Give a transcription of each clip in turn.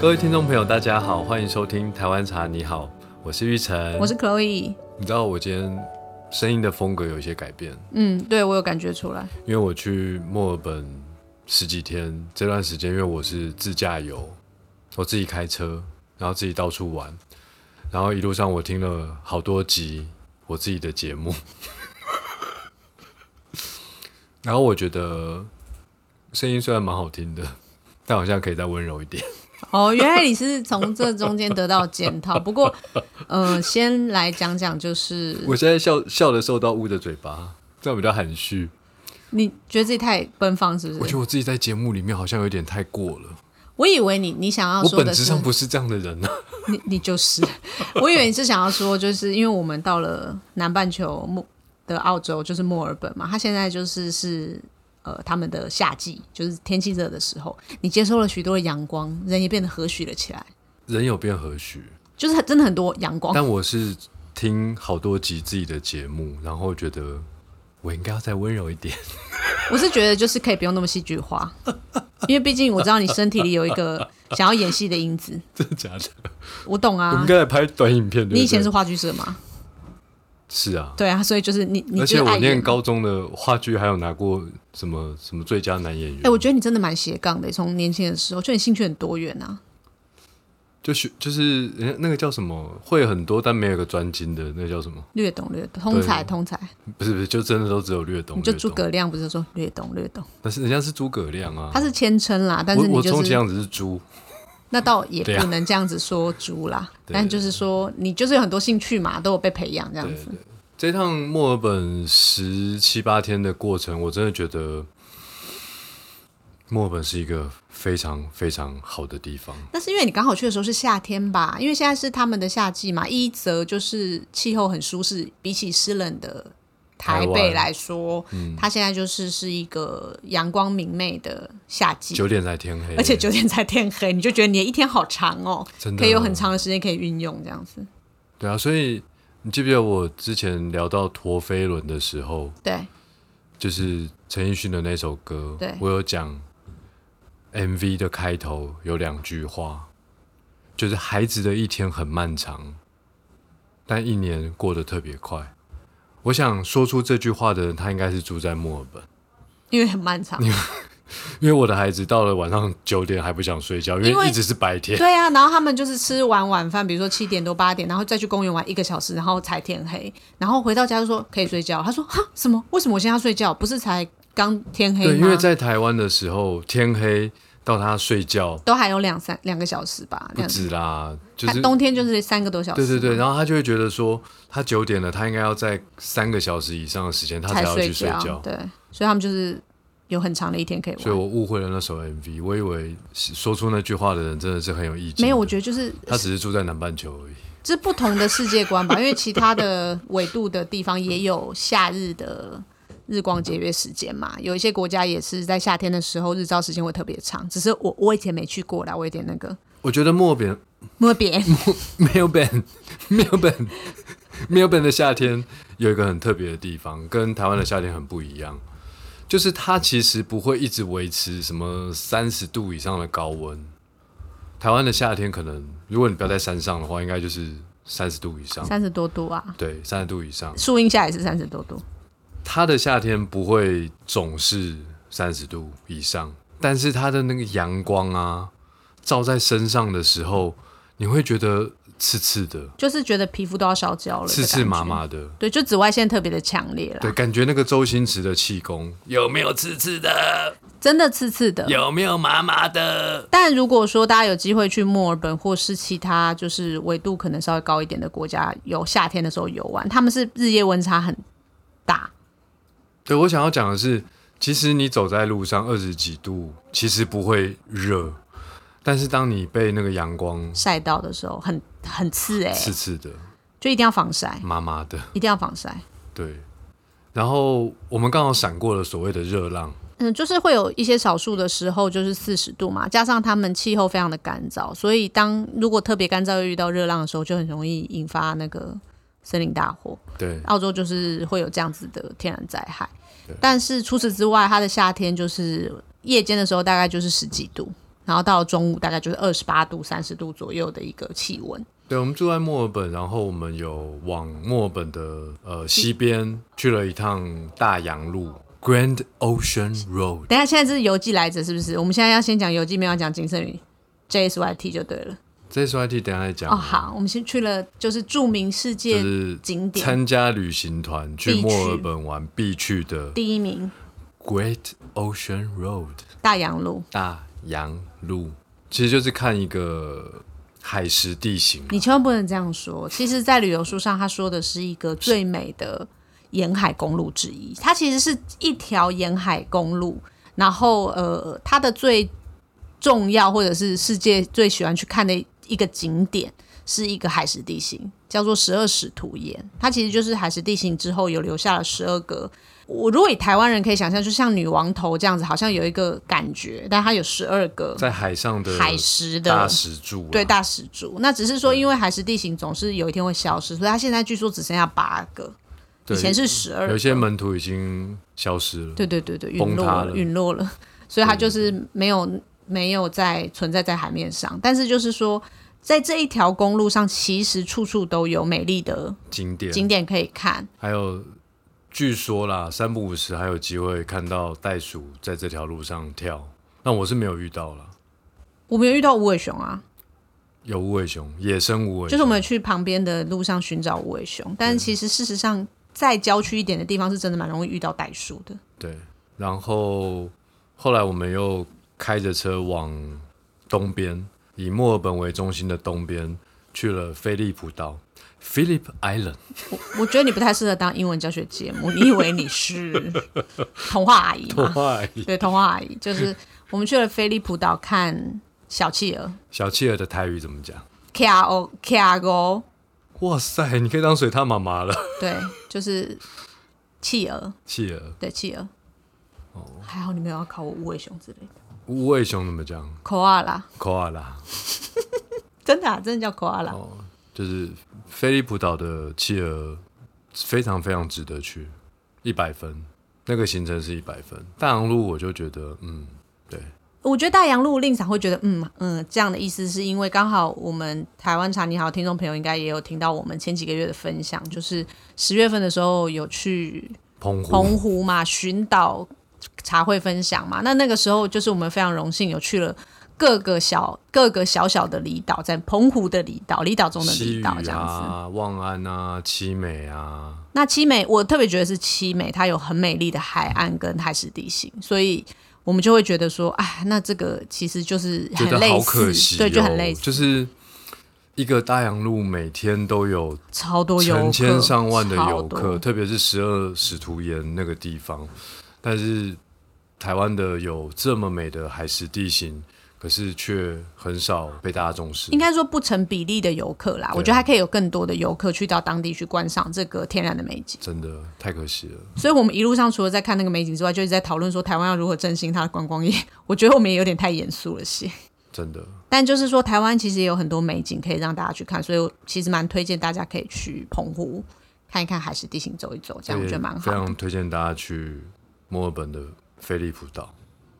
各位听众朋友，大家好，欢迎收听《台湾茶》，你好，我是玉成，我是 Chloe，你知道我今天声音的风格有一些改变，嗯，对我有感觉出来，因为我去墨尔本十几天，这段时间因为我是自驾游，我自己开车，然后自己到处玩，然后一路上我听了好多集我自己的节目， 然后我觉得声音虽然蛮好听的，但好像可以再温柔一点。哦，原来你是从这中间得到检讨。不过，呃，先来讲讲，就是 我现在笑笑的时候都要捂着嘴巴，这样比较含蓄。你觉得自己太奔放，是我不觉是？得我自己在节目里面好像有点太过了，我以为你你想要我说本的质是上，不是这样的人啊。你你就是， 我以为你是想要说，就是因为我们到了南半球墨的澳洲，就是墨尔本嘛，它现在就是是。呃，他们的夏季就是天气热的时候，你接收了许多的阳光，人也变得和煦了起来，人有变和煦，就是真的很多阳光。但我是听好多集自己的节目，然后觉得我应该要再温柔一点。 我是觉得就是可以不用那么戏剧化，因为毕竟我知道你身体里有一 个想要演戏的因子，真的假的？我懂我们啊应。该来拍短影片。对不对你以前是话剧社嘛？是啊，对啊，所以就是你，你而就且是我爱念演。高中的话剧还有拿过什么什么最佳男演员哎、，我觉得你真的蛮斜杠的，从年轻的时候，就你兴趣很多元啊。就是就是人家那个叫什么会很多但没有一个专精的，那个叫什么？略懂略懂，通才通才，不是不是，就真的都只有略懂。你就略诸懂葛亮不是说略懂略懂，但是人家是诸葛亮啊，他是谦称啦，但是我你我就充其是量只是猪，那倒也对啊不能这样子说猪啦，对但就是说你就是有很多兴趣嘛，都有被培养这样子。这趟墨尔本十七八天的过程，我真的觉得墨尔本是一个非常非常好的地方。那是因为你刚好去的时候是夏天吧？因为现在是他们的夏季嘛。一则就是气候很舒适，比起湿冷的台台北湾嗯来说，它现在就是是一个阳光明媚的夏季，九点才天黑，而且九点才天黑，你就觉得你的一天好长哦，真的可以有很长的时间可以运用这样子。对啊，所以你记不记得我之前聊到陀飞轮的时候，对，就是陈奕迅的那首歌，对我有讲 MV 的开头有两句话，就是孩子的一天很漫长，但一年过得特别快。我想说出这句话的人，他应该是住在墨尔本，因为很漫长。因为我的孩子到了晚上九点还不想睡觉，因因为为一直是白天。对啊，然后他们就是吃完晚饭，比如说七点多八点，然后再去公园玩一个小时，然后才天黑，然后回到家就说可以睡觉。他说哈什么？为什么我现在要睡觉？不是才刚天黑吗？因为在台湾的时候，天黑到他睡觉都还有两三两个小时吧，不两止啦，就它是冬天就是三个多小时，啊对对对，，然后他就会觉得说，他九点了，他应该要在三个小时以上的时间，他才要去睡觉，觉。对，所以他们就是有很长的一天可以所以玩。我误会了那首 MV，我以为说出那句话的人真的是很有意境。没有，我，觉得就是他只是住在南半球而已。这不同的世界观吧，因为其他的纬度的地方也有夏日的日光节约时间嘛，有一些国家也是在夏天的时候日照时间会特别长，只是我我以前没去过啦，我有点那个 我觉得墨尔本、 莫别没有本、没有本、没有本的夏天有一个很特别的地方，跟台湾的夏天很不一样，就是它其实不会一直维持什么三十度以上的高温。台湾的夏天可能，如果你不要在山上的话，应该就是三十度以上。三十多度啊，对，三十度以上。树荫下也是三十多度，它的夏天不会总是三十度以上，但是它的那个阳光啊，照在身上的时候，你会觉得刺刺的、就是觉得皮肤都要烧焦了，刺刺麻，麻的。对，就紫外线特别的强烈啦，对，感觉那个周星驰的气功有没有刺刺的？真的刺刺的，有没有麻麻的？但如果说大家有机会去墨尔本或是其他就是纬度可能稍微高一点的国家，有夏天的时候游玩，他们是日夜温差很大，对我想要讲的是，其实你走在路上二十几度，其实不会热，但是当你被那个阳光晒到的时候很很刺哎、刺刺的、就一定要防晒，麻麻的，一定要防晒。对。然后我们刚好闪过了所谓的热浪。嗯，就是会有一些少数的时候，就是四十度嘛，加上他们气候非常的干燥，所以当如果特别干燥又遇到热浪的时候，就很容易引发那个森林大火。对，澳洲就是会有这样子的天然灾害。但是除此之外，它的夏天就是夜间的时候大概就是十几度，然后到了中午大概就是二十八度、三十度左右的一个气温。对，我们住在墨尔本，然后我们有往墨尔本的呃西边去了一趟大洋路 （Grand Ocean Road）。等一下，现在是邮寄来着，是不是？我们现在要先讲邮寄，没有要讲金圣宇 JSYT 就对了。这 S Y T 等一下再讲。哦，好，我们先去了就是著名世就界是景点、参加旅行团去必去墨尔本玩必去的第一名 Great Ocean Road 大洋路。大洋路，其实就是看一个海蚀地形啊。你千万不能这样说。其实，在旅游书上，他说的是一个最美的沿海公路之一。它其实是一条沿海公路，然后呃，它的最重要或者是世界最喜欢去看的一个景点，是一个海蚀地形，叫做十二使徒岩。它其实就是海蚀地形之后有留下了十二个。我如果以台湾人可以想象，就像女王头这样子，好像有一个感觉，但它有十二个在海上的海蚀的大石柱、啊，对，大石柱。那只是说，因为海蚀地形总是有一天会消失，所以它现在据说只剩下八个，以对前是十二有一。些门徒已经消失了。对对对对，崩陨落塌了，了陨落了， 所以它就是没有没有在存在在海面上。但是就是说，在这一条公路上，其实处处都有美丽的景点，景点可以看。还有据说啦，三不五时还有机会看到袋鼠在这条路上跳。那我是没有遇到啦，我们有遇到无尾熊啊，有无尾熊，野生无尾就熊，是我们去旁边的路上寻找无尾熊，但是其实事实上，在郊区一点的地方是真的蛮容易遇到袋鼠的。对。然后后来我们又开着车往东边，以墨尔本为中心的东边去了菲利普岛 （Philip Island）。我觉得你不太适合当英文教学节目，你以为你是童话阿姨吗？哇，对，童话阿姨就是我们去了菲利普岛看小企鹅小企鹅的台语怎么讲？ k a o k a o 哇塞，你可以当水獭妈妈了，对，就是企鹅，企鹅。对企鹅。还好你没有要考我无尾熊之类的无尾熊怎么讲，koala， ？koala。真的、啊、真的叫 koala，、就是菲利普岛的企鹅非常非常值得去，一百分，那个行程是一百分。大洋路我就觉得，嗯，对，我觉得大洋路令赏会觉得，嗯嗯，这样的意思是因为刚好我们台湾茶你好听众朋友应该也有听到我们前几个月的分享，就是十月份的时候有去澎湖澎湖嘛，寻岛茶会分享嘛。那那个时候就是我们非常荣幸有去了各个小各个小小的离岛，在澎湖的离岛、离岛中的西离屿岛这样子。啊、望安啊、七美啊，那七美，我特别觉得是七美，它有很美丽的海岸跟海蚀地形，所以我们就会觉得说，哎，那这个其实就是觉很得类好似，可惜、哦，对，就很类似，就是一个大洋路每天都有超多游客，成千上万的游超多客，特别是十二使徒岩那个地方。但是台湾的有这么美的海蚀地形，可是却很少被大家重视应。该说不成比例的游客啦。我觉得还可以有更多的游客去到当地去观赏这个天然的美景。真的太可惜了。所以我们一路上除了在看那个美景之外，就一直在讨论说台湾要如何振兴它的观光业。我觉得我们也有点太严肃了些，真的，但就是说台湾其实也有很多美景可以让大家去看，所以我其实蛮推荐大家可以去澎湖看一看海蚀地形，走一走，这样我觉得蛮非好。常推荐大家去墨尔本的菲利普岛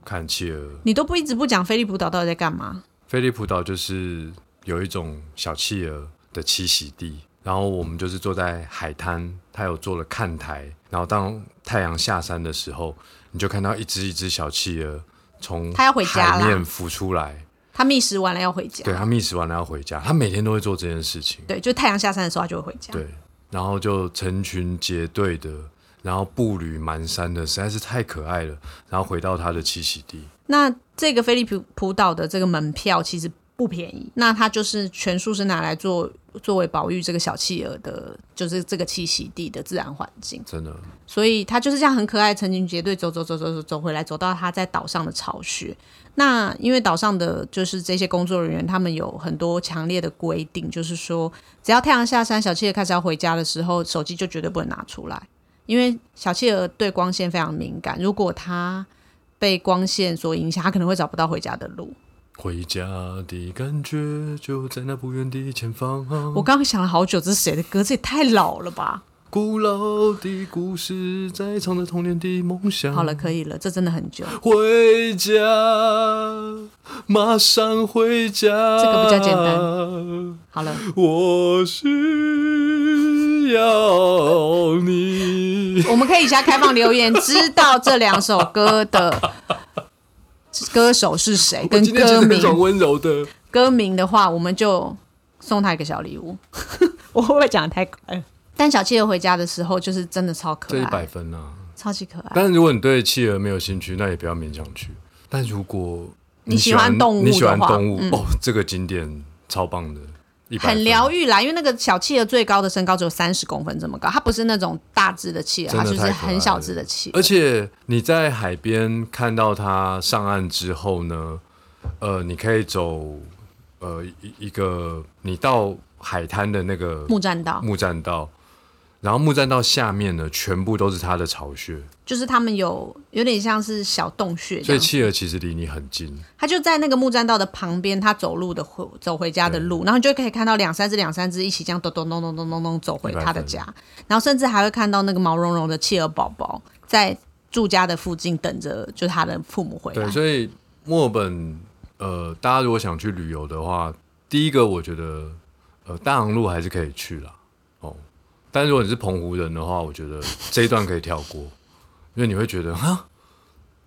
看企鹅。你都不一直不讲菲利普岛到底在干嘛？菲利普岛就是有一种小企鹅的栖息地，然后我们就是坐在海滩，它有做了看台，然后当太阳下山的时候，你就看到一只一只小企鹅从它要回家啦海面浮出来，他觅食完了要回家，对，它觅食完了要回家，它每天都会做这件事情，对，就太阳下山的时候他就会回家。对，然后就成群结队的，然后步履蹒跚的，实在是太可爱了，然后回到它的栖息地，那这个菲利普普岛的这个门票其实不便宜，那它就是全数是拿来做作为保育这个小企鹅的，就是这个栖息地的自然环境，真的所以它就是这样很可爱，成群结队走走走走走走回来，走到它在岛上的巢穴。那因为岛上的就是这些工作人员，他们有很多强烈的规定，就是说只要太阳下山，小企鹅开始要回家的时候，手机就绝对不能拿出来，因为小企鹅对光线非常敏感，如果它被光线所影响，它可能会找不到回家的路。回家的感觉就在那不远的前方、啊。我刚刚想了好久，这是谁的歌？这也太老了吧！古老的故事在藏着童年的梦想。好了，，可以了，这真的很久，回家，马上回家。这个比较简单。好了，我需要你。我们可以一下开放留言，知道这两首歌 的歌手是谁跟我今天歌就是那种名。温柔的，歌名的话，我们就送他一个小礼物。我会不会讲得太快了？但小企鹅回家的时候，就是真的超可这一爱百，分啊。超级可爱。但如果你对企鹅没有兴趣，那也不要勉强去。但如果你喜欢动物你喜欢的话嗯动物、哦，这个景点超棒的，100分很疗愈啦，因为那个小企鹅最高的身高只有三十公分这么高，它不是那种大只的企鹅，真它的就是太可爱很小了只的企鹅而。且你在海边看到它上岸之后呢，呃，你可以走呃一一个你到海滩的那个木栈道木栈道，然后木栈道下面呢全部都是它的巢穴，就是他们有有点像是小洞穴这所以样，企鹅其实离你很近。它就在那个木栈道的旁边，它走路的回走回家的路，然后你就可以看到两三只两三只一起这样咚咚咚咚咚咚咚走回它的家，然后甚至还会看到那个毛茸茸的企鹅宝宝在住家的附近等着，就它的父母回对，来。所以墨尔本呃，大家如果想去旅游的话，第一个我觉得呃大洋路还是可以去啦哦，但如果你是澎湖人的话，我觉得这一段可以跳过， 因为你会觉得哈。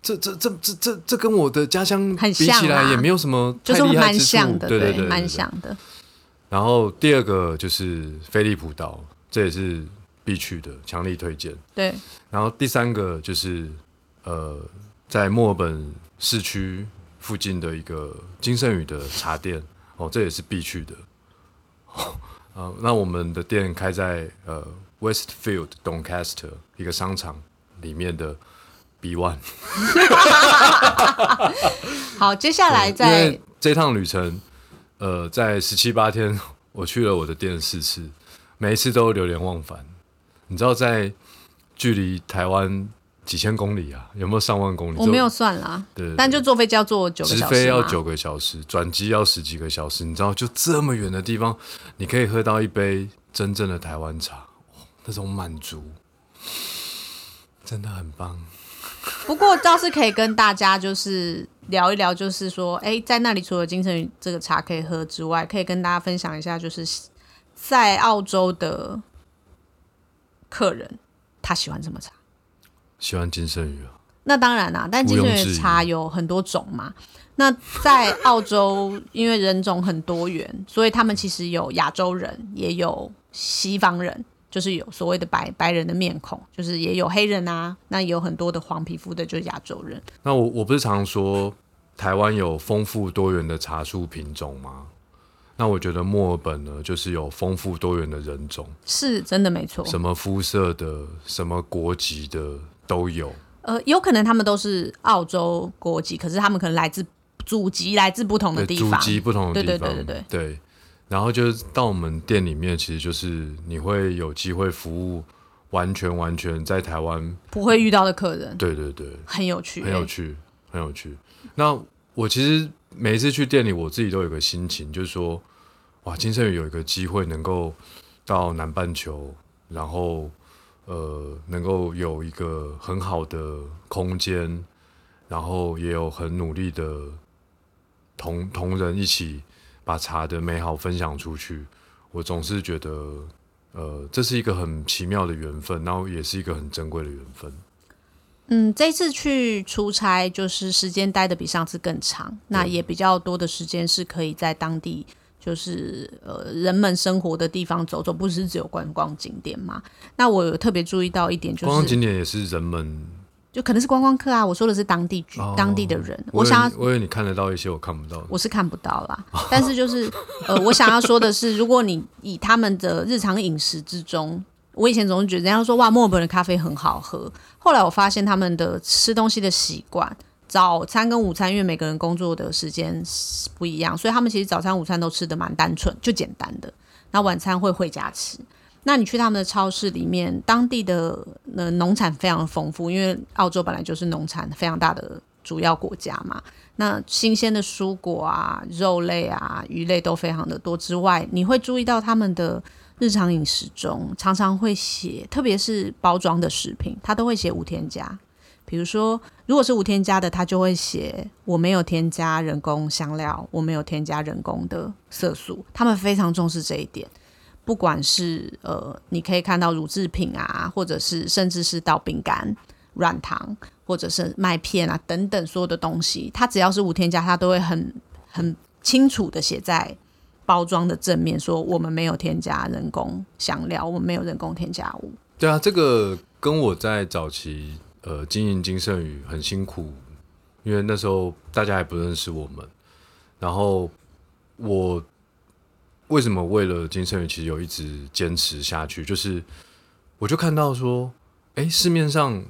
这这这这这这跟我的家乡很比起像来啦也没有什么就太是厉害蛮之处，像的，对对对，蛮对。像的。然后第二个就是菲利普岛，这也是必去的，强力推荐。对，然后第三个就是呃，在墨尔本市区附近的一个金圣宇的茶店哦，这也是必去的。哦，呃，那我们的店开在呃 Westfield Doncaster 一个商场里面的 B One，好，接下来因再为这趟旅程，呃，在十七八天，我去了我的店四次，每一次都流连忘返。你知道，在距离台湾几千公里啊，有没有上万公里？我没有算啦，对对但就坐飞机要坐九个直小时嘛，啊飞要九个小时，转机要十几个小时，你知道，就这么远的地方，你可以喝到一杯真正的台湾茶，哦那种满足，真的很棒。不过倒是可以跟大家就是聊一聊，就是说，哎、在那里除了金圣宇这个茶可以喝之外，可以跟大家分享一下，就是在澳洲的客人他喜欢什么茶。喜欢金圣宇啊，那当然啦、但金圣宇的茶有很多种嘛。那在澳洲，因为人种很多元，所以他们其实有亚洲人，也有西方人，就是有所谓的白白人的面孔，就是也有黑人啊，那也有很多的黄皮肤的，就是亚洲人。那我我不是常说台湾有丰富多元的茶树品种吗？那我觉得墨尔本呢，就是有丰富多元的人种，是真的没错。什么肤色的，什么国籍的都有。呃，有可能他们都是澳洲国籍，可是他们可能来自祖籍来自不同的对，地足方。迹不同的对地对方，对对对然后就是到我们店里面，其实就是你会有机会服务完全完全在台湾，不会遇到的客人，对对对，很有趣、很有欸趣，很有趣。那我其实每一次去店里，我自己都有个心情，就是说，哇，金圣宇有一个机会能够到南半球，然后呃，能够有一个很好的空间，然后也有很努力的同同仁一起把茶的美好分享出去，我总是觉得。呃，这是一个很奇妙的缘分，然后也是一个很珍贵的缘分。嗯，这次去出差就是时间待的比上次更长，那也比较多的时间是可以在当地。就是呃，人们生活的地方走走，不是只有观光景点嘛？那我有特别注意到一点，观就光是景点也是人们就可能是观光客啊，我说的是当地居、哦当地的人，我以为想要你我以为你看得到一些我看不到的。我是看不到啦，但是就是 呃，我想要说的是，如果你以他们的日常饮食之中，我以前总是觉得人家说哇，墨尔本的咖啡很好喝，后来我发现他们的吃东西的习惯，早餐跟午餐，因为每个人工作的时间是不一样，所以他们其实早餐、午餐都吃的蛮单纯，就简单的。那晚餐会回家吃。那你去他们的超市里面，当地的呃农产非常丰富，因为澳洲本来就是农产非常大的主要国家嘛。那新鲜的蔬果啊、肉类啊、鱼类都非常的多之外，你会注意到他们的日常饮食中常常会写，特别是包装的食品，它都会写无添加。比如说，如果是无添加的，它就会写我没有添加人工香料，我没有添加人工的色素。他们非常重视这一点，不管是呃，你可以看到乳制品啊，或者是甚至是到饼干、软糖，或者是麦片啊等等所有的东西，它只要是无添加，它都会很很清楚的写在包装的正面，说我们没有添加人工香料，我们没有人工添加物。对啊，这个跟我在早期呃经营金圣宇很辛苦，因为那时候大家还不认识我们，然后我为什么为了金圣宇其实有一直坚持下去，就是我就看到说，哎，市面上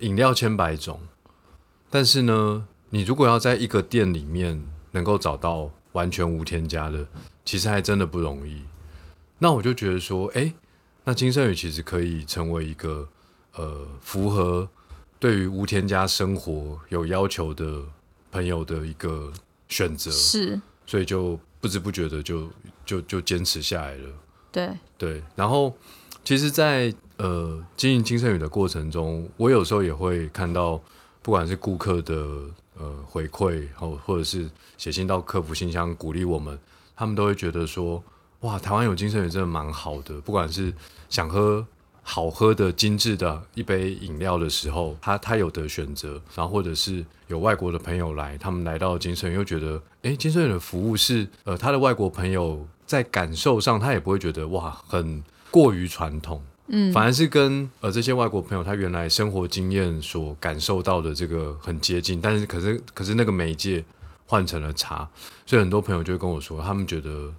饮料千百种，但是呢，你如果要在一个店里面能够找到完全无添加的，其实还真的不容易。那我就觉得说，哎、那金圣宇其实可以成为一个呃符合对于无添加生活有要求的朋友的一个选择，是，所以就不知不觉的就就就坚持下来了。对，对，然后其实在，呃经营金圣宇的过程中，我有时候也会看到，不管是顾客的呃回馈，或或者是写信到客服信箱鼓励我们，他们都会觉得说，哇，台湾有金圣宇真的蛮好的，不管是想喝。好喝的精致的一杯饮料的时候，他他有的选择，然后或者是有外国的朋友来，他们来到金圣宇又觉得，诶，金圣宇的服务是呃，他的外国朋友在感受上，他也不会觉得哇很过于传统，嗯，反而是跟呃这些外国朋友他原来生活经验所感受到的这个很接近，但是可是可是那个媒介换成了茶，所以很多朋友就会跟我说，他们觉得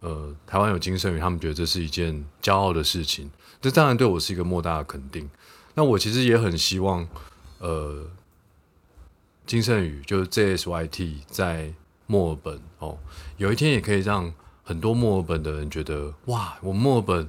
呃，台湾有金圣宇，他们觉得这是一件骄傲的事情。这当然对我是一个莫大的肯定。那我其实也很希望，呃，金圣宇就是 JSYT 在墨尔本哦，有一天也可以让很多墨尔本的人觉得，哇，我墨尔本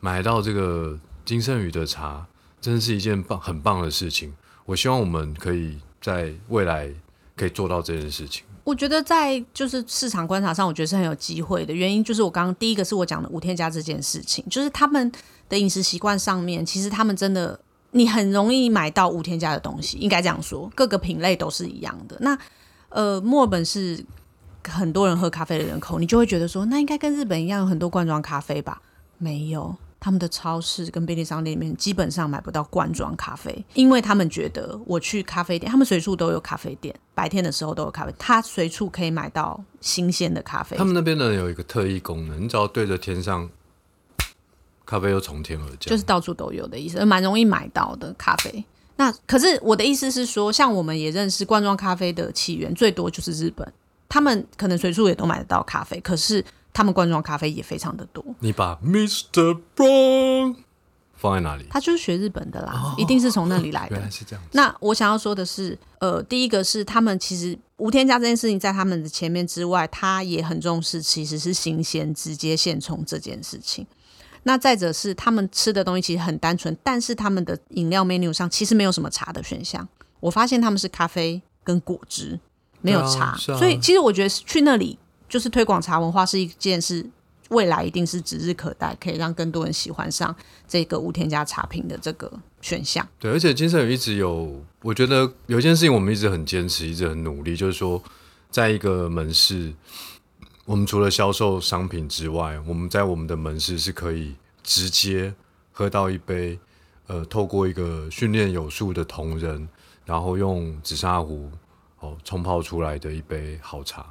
买到这个金圣宇的茶，真是一件棒很棒的事情。我希望我们可以在未来可以做到这件事情。我觉得在就是市场观察上，我觉得是很有机会的。原因就是我刚刚第一个是我讲的无添加这件事情，就是他们的饮食习惯上面，其实他们真的你很容易买到无添加的东西，应该这样说，各个品类都是一样的。那呃，墨尔本是很多人喝咖啡的人口，你就会觉得说，那应该跟日本一样有很多罐装咖啡吧？没有。他们的超市跟便利商店里面基本上买不到罐装咖啡，因为他们觉得我去咖啡店，他们随处都有咖啡店，白天的时候都有咖啡，他随处可以买到新鲜的咖啡他。们那边的人有一个特异功能，你只要对着天上，咖啡又从天而降。就是到处都有的意思，呃蛮容易买到的咖啡。那可是我的意思是说，像我们也认识罐装咖啡的起源最多就是日本，他们可能随处也都买得到咖啡，可是他们罐装咖啡也非常的多，你把 Mr. Brown 放在哪里？他就是学日本的啦，一定是从那里来的原。来是这样。那我想要说的是，呃，第一个是他们其实无添加这件事情在他们的前面之外，他也很重视其实是新鲜、直接现冲这件事情。那再者是他们吃的东西其实很单纯，但是他们的饮料 menu 上其实没有什么茶的选项。我发现他们是咖啡跟果汁，没有对啊茶，是啊所以其实我觉得是去那里就是推广茶文化是一件事，未来一定是指日可待，可以让更多人喜欢上这个无添加茶品的这个选项。对，而且金圣宇一直有，我觉得有一件事情我们一直很坚持，一直很努力，就是说，在一个门市，我们除了销售商品之外，我们在我们的门市是可以直接喝到一杯，呃，透过一个训练有素的同仁，然后用紫砂壶哦冲泡出来的一杯好茶。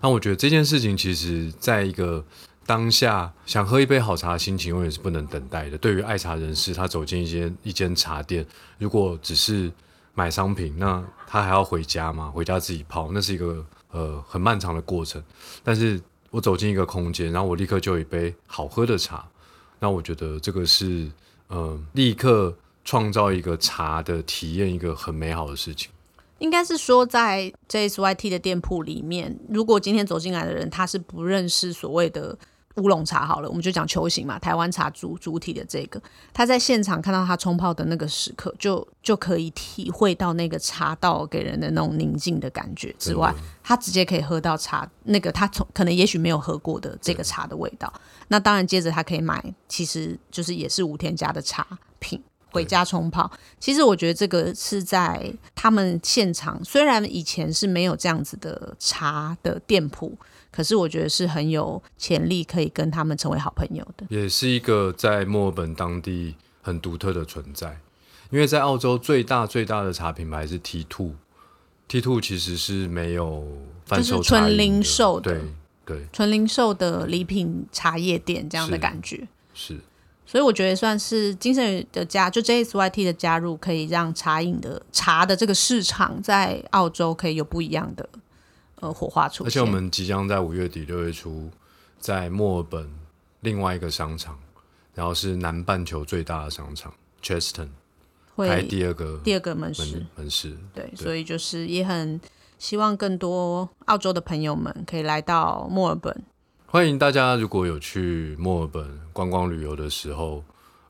那我觉得这件事情其实在一个当下想喝一杯好茶的心情永远是不能等待的。对于爱茶人士，他走进一间一间茶店，如果只是买商品，那他还要回家吗？回家自己泡，那是一个呃很漫长的过程。但是我走进一个空间，然后我立刻就有一杯好喝的茶，那我觉得这个是呃立刻创造一个茶的体验，一个很美好的事情。应该是说，在 JSYT 的店铺里面，如果今天走进来的人他是不认识所谓的乌龙茶好了，我们就讲球形嘛，台湾茶主主体的这个，他在现场看到它冲泡的那个时刻，就就可以体会到那个茶道给人的那种宁静的感觉之外，他直接可以喝到茶那个他从可能也许没有喝过的这个茶的味道。那当然，接着他可以买，其实就是也是无添加的茶品。回家冲泡，其实我觉得这个是在他们现场，虽然以前是没有这样子的茶的店铺，可是我觉得是很有潜力可以跟他们成为好朋友的。也是一个在墨尔本当地很独特的存在。因为在澳洲最大最大的茶品牌是 T Two，T Two 其实是没有贩售就是纯茶饮零售的对对纯零售的礼品茶叶店这样的感觉，是，所以我觉得算是精神的加，就 JSYT 的加入，可以让茶饮的茶的这个市场在澳洲可以有不一样的呃火花出现。而且我们即将在五月底六月初在墨尔本另外一个商场，然后是南半球最大的商场 Cheston 排会第二个第二个门市门门市，对，对所以就是也很希望更多澳洲的朋友们可以来到墨尔本。欢迎大家，如果有去墨尔本观光旅游的时候，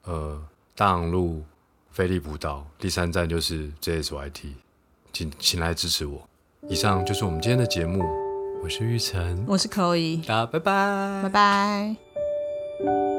呃，大洋路、菲利普岛，第三站就是 JSYT，请请来支持我。以上就是我们今天的节目，我是玉成，我是 Chloe，大家拜拜拜拜。拜